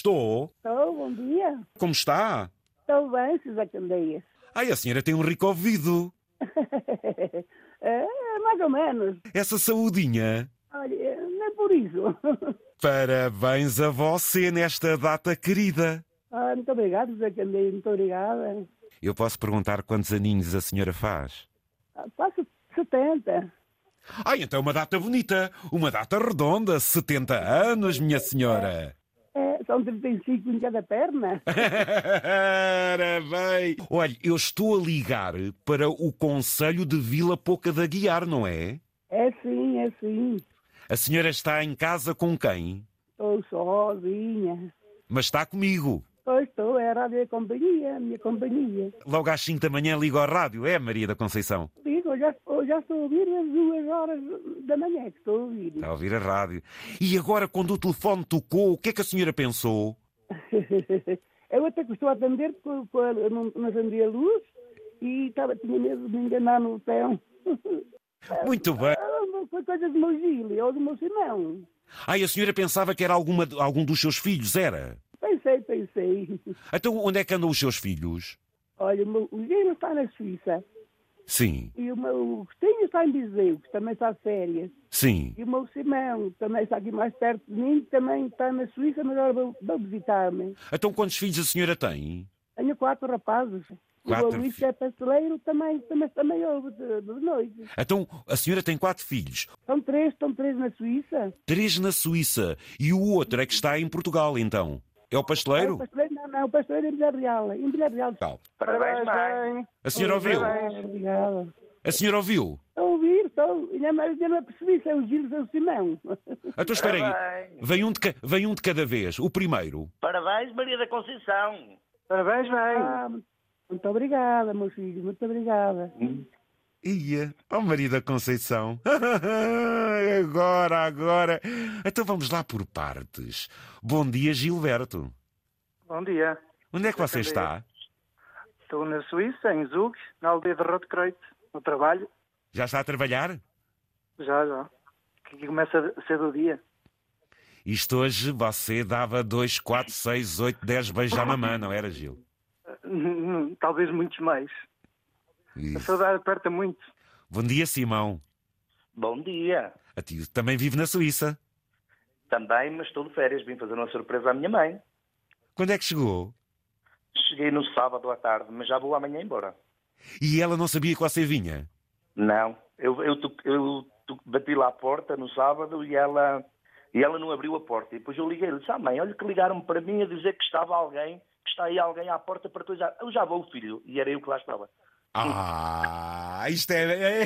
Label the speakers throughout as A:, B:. A: Estou?
B: Estou, Então, bom dia. Então,
A: Como está?
B: Estou bem, Susana Candeias.
A: Ai, a senhora tem um rico ouvido.
B: é, mais ou menos.
A: Essa saudinha.
B: Olha, não é por isso.
A: Parabéns a você nesta data querida.
B: Ah, muito obrigado, Susana Candeias, muito obrigada.
A: Eu posso perguntar quantos aninhos a senhora faz?
B: Ah, Faço 70.
A: Ai, então é uma data bonita, uma data redonda, 70 anos, minha senhora.
B: É, são 35 em cada perna.
A: Ora bem. Olha, eu estou a ligar para o Conselho de Vila Pouca da Guiar, não é?
B: É sim, é sim.
A: A senhora está em casa com quem?
B: Estou sozinha.
A: Mas está comigo.
B: Pois estou, é a rádio companhia, a minha companhia.
A: Logo às 5 da manhã ligo ao rádio, é Maria da Conceição?
B: Digo, eu já, eu já estou a ouvir às duas horas da manhã que estou a ouvir.
A: Está a ouvir a rádio. E agora, quando o telefone tocou, o que é que a senhora pensou?
B: eu até costumo atender porque eu não, não acendi a luz e estava, tinha medo de me enganar no botão.
A: Muito bem.
B: Ah, Foi coisa do meu Gílio ou do meu Simão.
A: Ai, a senhora pensava que era alguma, algum dos seus filhos, era?
B: Pensei, pensei.
A: Então, onde é que andam os seus filhos?
B: Olha, o meu o Gílio está na Suíça
A: Sim,
B: e o meu Agostinho está em Viseu, que também está de férias.
A: sim.
B: E o meu Simão, que também está aqui mais perto de mim, que também está na Suíça, mas agora vão- vão visitar-me.
A: Então, quantos filhos a senhora tem?
B: Tenho quatro rapazes. o
A: Quatro
B: meu Luís,
A: fi-
B: que é pasteleiro, também, também, também ouve de, de noite.
A: Então, a senhora tem quatro filhos.
B: São três, estão três na Suíça.
A: Três na Suíça e o outro é que está em Portugal, então. É o
B: Ah, o
A: pasteleiro?
B: pasteleiro, não, não, o pasteleiro em Vila Real. Em Vila Real.
A: Tal.
C: Parabéns, mãe.
A: A senhora Tá. ouviu?
B: é Obrigada.
A: A senhora ouviu?
B: Estou a ouvir, estou. Ainda mais ainda não percebi se é o Gil ou o Simão.
A: Então, espera aí.
C: Parabéns.
A: Vem um, de ca- vem um de cada vez. O primeiro.
C: Parabéns, Maria da Conceição.
D: Parabéns, mãe.
B: Ah, muito obrigada, meu filho, muito obrigada.
A: Ia. Oh, Maria da Conceição. agora, agora. Então vamos lá por partes. Bom dia, Gilberto.
D: Bom dia.
A: Onde é que você está?
D: Estou na Suíça, em Zug, na aldeia de Rotcreut, no trabalho.
A: Já está a trabalhar?
D: Já, já. Que que começa cedo o dia.
A: Isto hoje você dava 2, 4, 6, 8, 10 beijos à mamã, não era, Gil?
D: Hum, hum, Talvez muitos mais. A
A: Isso.
D: saudade aperta muito.
A: Bom dia, Simão.
C: Bom dia.
A: A ti também vive na Suíça.
C: Também, mas estou de férias. Vim fazer uma surpresa à minha mãe.
A: Quando é que chegou?
C: Cheguei no sábado à tarde, mas já vou amanhã embora.
A: E ela não sabia que você vinha.
C: Não. Eu, eu, to- eu to- bati lá à porta no sábado e ela, e ela não abriu a porta. E depois eu liguei-lhe. Disse, ah, mãe, olha que ligaram para mim a dizer que estava alguém, que está aí alguém à porta para coisar. Eu já vou, filho. E era eu que lá estava.
A: Ah, isto é.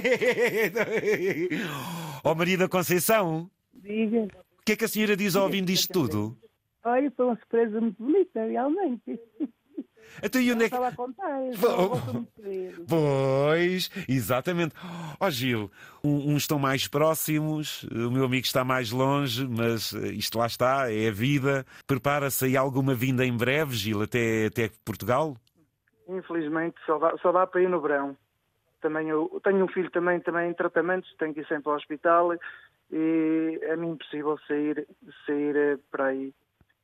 A: oh, Maria da Conceição,
B: Diga.
A: o que é que a senhora diz ao ouvindo disto tudo?
B: Olha, foi uma surpresa muito bonita, realmente.
A: Até e onde é que.
B: Estava a contar, eu
A: Bom.
B: gosto muito de ver.
A: Pois, exatamente. Ó Gil, um- uns estão mais próximos, o meu amigo está mais longe, mas eh, isto lá está, é a vida. Prepara-se aí alguma vinda em breve, Gil, até, até Portugal?
D: Infelizmente, só dá, só dá para ir no verão. Também eu, eu tenho um filho também, também em tratamentos, tenho que ir sempre ao hospital e é-me impossível sair, sair eh, para aí.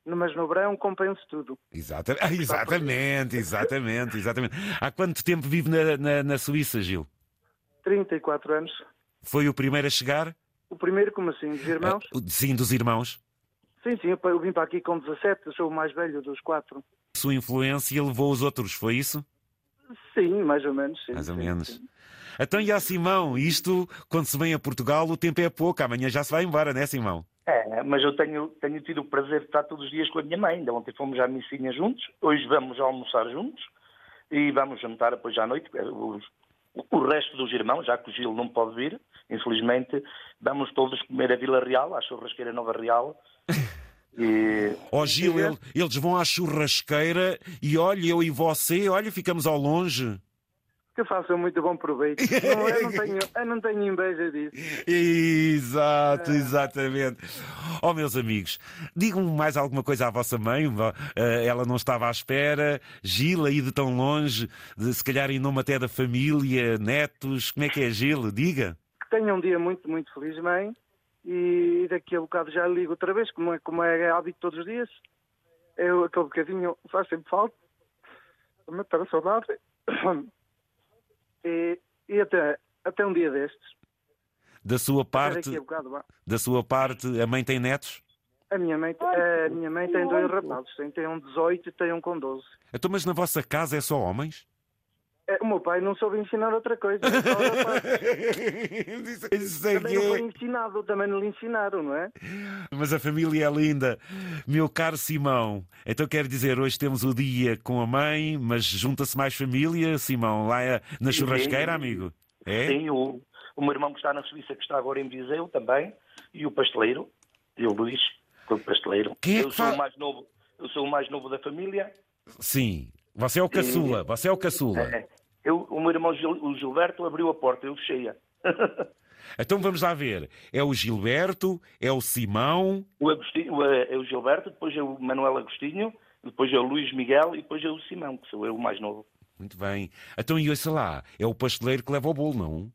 D: No- Mas no verão compenso tudo.
A: Exata- Ah, Exatamente, exatamente, exatamente. Há quanto tempo vive na, na- na Suíça, Gil?
D: 34 anos.
A: Foi o primeiro a chegar?
D: O primeiro, como assim, dos irmãos?
A: Ah, o- Sim, dos irmãos.
D: Sim, sim, eu eu vim para aqui com 17, eu sou o mais velho dos quatro.
A: Sua influência levou os outros, foi isso?
D: Sim, mais ou menos. Sim,
A: Mais ou
D: sim,
A: menos.
D: sim.
A: Então, e a Simão, isto, quando se vem a Portugal, o tempo é pouco, amanhã já se vai embora, né, Simão?
C: É, mas eu tenho, tenho tido o prazer de estar todos os dias com a minha mãe. Ainda ontem fomos à missinha juntos, hoje vamos almoçar juntos e vamos jantar depois à noite. eh, Os, o resto dos irmãos, já que o Gil não pode vir, infelizmente, vamos todos comer a Vila Real, à churrasqueira Nova Real. E
A: Ó Gil,
D: é.
A: ele- eles vão à churrasqueira e olha, eu e você, olha, ficamos ao longe.
D: Que façam muito bom proveito. não, eu, não tenho, eu não tenho inveja disso.
A: Exato,
D: É.
A: exatamente. Ó meus amigos, digam mais alguma coisa à vossa mãe. Eh, Ela não estava à espera. Gil, aí de tão longe, de- se calhar em nome até da família, netos. Como é que é, Gil? Diga.
D: Que tenha um dia muito, muito feliz, mãe. E daqui a bocado já ligo outra vez, como é, como é hábito todos os dias. Eu, aquele bocadinho faz sempre falta. Matar a saudade. E, e até, até um dia destes.
A: Da sua
D: até
A: parte,
D: daqui a bocado, vá.
A: da sua parte, a mãe tem netos?
D: A minha mãe, a minha mãe tem dois rapazes. Tem, tem um 18 e tem um com 12.
A: Então, mas na vossa casa é só homens?
D: É, o meu pai não soube ensinar outra coisa. é só o rapaz.
A: Isso- isso é
D: Também não foi
A: que
D: ensinado, também não lhe ensinaram, não é?
A: é. Mas a família é linda. Meu caro Simão, então quero dizer, hoje temos o dia com a mãe, mas junta-se mais família, Simão, lá eh, na
C: Sim.
A: churrasqueira, amigo? É?
C: Sim, o, o meu irmão que está na Suíça, que está agora em Viseu também, e o pasteleiro, e o Luís, que é o pasteleiro.
A: Quem é
C: eu
A: que
C: sou
A: fa-
C: o mais novo, eu sou o mais novo da família.
A: Sim. Você é o caçula, você é o caçula.
C: É. Eu, o meu irmão Gil- o Gilberto abriu a porta, eu fechei-a.
A: Então vamos lá ver. É o Gilberto, é o Simão,
C: O, Agostinho, o, eh, é o Gilberto, depois é o Manuel Agostinho, depois é o Luís Miguel e depois é o Simão, que sou eu o mais novo.
A: Muito bem. Então, e ouça lá, é o pasteleiro que leva o bolo, não?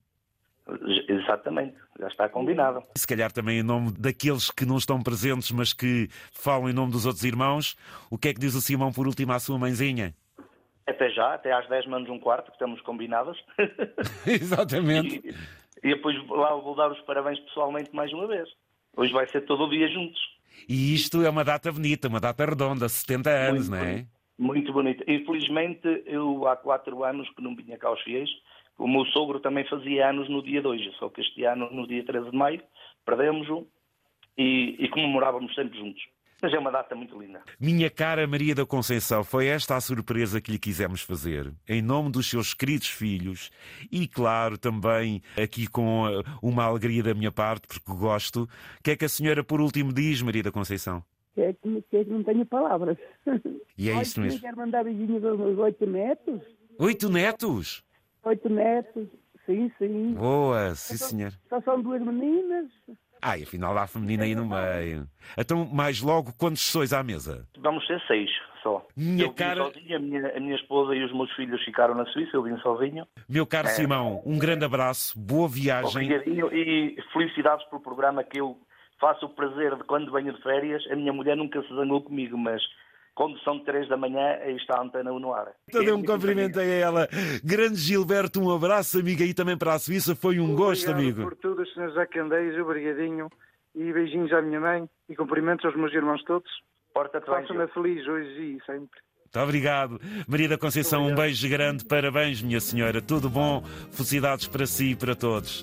C: Ex- Exatamente, já está combinado.
A: Se calhar também em nome daqueles que não estão presentes, mas que falam em nome dos outros irmãos, o que é que diz o Simão por último à sua mãezinha?
C: Até já, até às 10 menos um quarto, que estamos combinadas.
A: Exatamente.
C: e, e depois lá vou dar os parabéns pessoalmente mais uma vez. Hoje vai ser todo o dia juntos.
A: E isto é uma data bonita, uma data redonda, 70 anos, não é?
C: bonito. Muito bonito. Infelizmente, eu há quatro anos que não vinha cá aos fiéis. O meu sogro também fazia anos no dia 2, só que este ano, no dia 13 de maio, perdemos-o e, e comemorávamos sempre juntos. Mas é uma data muito linda.
A: Minha cara Maria da Conceição, foi esta a surpresa que lhe quisemos fazer, em nome dos seus queridos filhos e, claro, também aqui com eh, uma alegria da minha parte, porque gosto. O que é que a senhora por último diz, Maria da Conceição?
B: Que é que, que é que não tenho palavras.
A: E é
B: Olha,
A: isso
B: também
A: mesmo.
B: Quero mandar beijinhos aos meus oito netos.
A: Oito netos?
B: Oito netos. Sim, sim.
A: Boa, sim senhor.
B: Só são duas meninas.
A: Ai, afinal há a feminina aí no meio. Então, mais logo, quantos sois à mesa?
C: Vamos ser seis só.
A: Minha
C: eu vim
A: cara-
C: sozinho, a minha, a minha esposa e os meus filhos ficaram na Suíça, eu vim sozinho.
A: Meu caro
D: É.
A: Simão, um grande abraço, boa viagem.
C: Obrigadinho e felicidades pelo programa que eu faço o prazer de quando venho de férias. A minha mulher nunca se zangou comigo, mas quando são três da manhã, aí está a antena no ar.
A: Então dei um cumprimento a ela. Grande Gilberto, um abraço, amigo, aí também para a Suíça. Foi um gosto,
D: Obrigado
A: amigo.
D: por tudo, Sr. José Candeias, obrigadinho. E beijinhos à minha mem e cumprimentos aos meus irmãos todos.
C: Porta-te bem,
D: Faça-me
C: Gil.
D: feliz hoje e sempre.
A: Muito obrigado. Maria da Conceição, um beijo grande. Parabéns, minha senhora. Tudo bom. Felicidades para si e para todos.